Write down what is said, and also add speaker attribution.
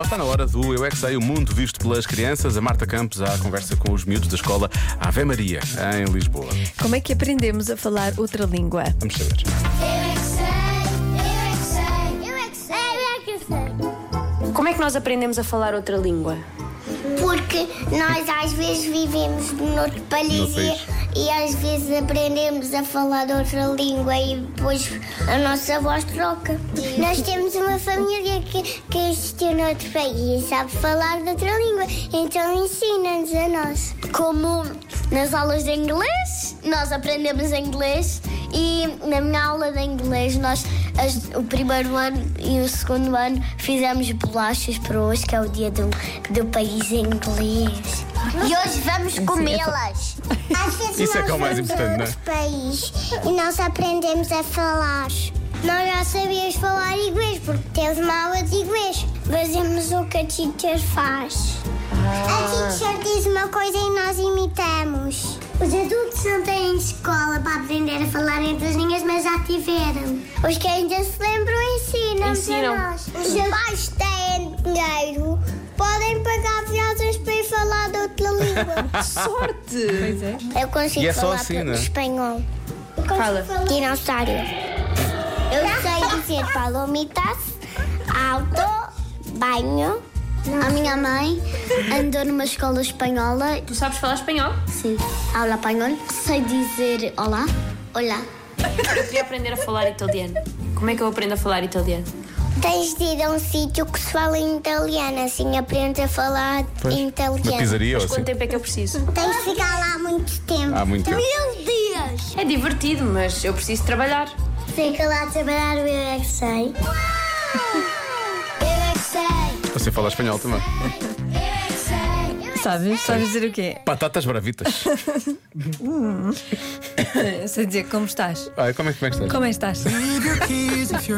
Speaker 1: Está na hora do Eu É Que Sei, o mundo visto pelas crianças. A Marta Campos à conversa com os miúdos da escola Ave Maria, em Lisboa.
Speaker 2: Como é que aprendemos a falar outra língua?
Speaker 1: Vamos saber.
Speaker 3: Eu é que sei, eu é que sei, eu é que sei, eu é que sei.
Speaker 4: Como é que nós aprendemos a falar outra língua?
Speaker 3: Porque nós às vezes vivemos noutro país,
Speaker 1: Noutro país.
Speaker 3: E, e às vezes aprendemos a falar outra língua e depois a nossa voz troca. Nós temos uma família que, que existiu noutro país e sabe falar de outra língua, então ensina-nos a nós. Como nas aulas de inglês, nós aprendemos inglês e na minha aula de inglês nós as- o primeiro ano e o segundo ano fizemos bolachas para hoje, que é o dia do, do país inglês. E hoje vamos comê-las. Às vezes
Speaker 1: é Isso é que é o mais
Speaker 3: nós vamos
Speaker 1: importante,
Speaker 3: a outro país e nós aprendemos a falar. Nós já sabíamos falar inglês porque temos uma aula de inglês. Fazemos o que a teacher faz. A teacher diz uma coisa e nós imitamos. Os adultos não têm escola para aprender a falar entre as linhas, mas já tiveram. Os que ainda se lembram ensinam,
Speaker 4: Ensinam.
Speaker 3: a nós. Os pais têm dinheiro, podem pagar viagens para ir falar de outra língua.
Speaker 2: Sorte! Pois é.
Speaker 3: Eu consigo
Speaker 1: E é só
Speaker 3: falar
Speaker 1: assim,
Speaker 3: pe-
Speaker 1: né?
Speaker 3: espanhol. Eu consigo
Speaker 4: Fala.
Speaker 3: falar- Dinossauro. Eu sei dizer palomitas, alto, banho. A minha mãe andou numa escola espanhola.
Speaker 4: Tu sabes falar espanhol?
Speaker 3: Sim, aula espanhol. Sei dizer olá, olá.
Speaker 4: Eu queria aprender a falar italiano. Como é que eu aprendo a falar italiano?
Speaker 3: Tens de ir a um sítio que se fala em italiano, assim aprendes a falar
Speaker 1: Uma
Speaker 3: em italiano.
Speaker 1: pizzaria ou assim?
Speaker 4: Quanto tempo é que eu preciso?
Speaker 3: Tens de ficar lá muito tempo.
Speaker 1: Há muito tempo.
Speaker 3: Mil dias!
Speaker 4: É divertido, mas eu preciso trabalhar.
Speaker 3: Fica lá a trabalhar o Eu é que sei. Eu é que sei.
Speaker 1: Você assim fala espanhol também.
Speaker 3: Eu é que sei.
Speaker 2: Sabes? Sabes dizer o quê?
Speaker 1: Batatas bravitas.
Speaker 2: Eu sei dizer como estás.
Speaker 1: Ai, como é que como é que estás?
Speaker 2: Como é que estás?
Speaker 5: Leave your keys if you're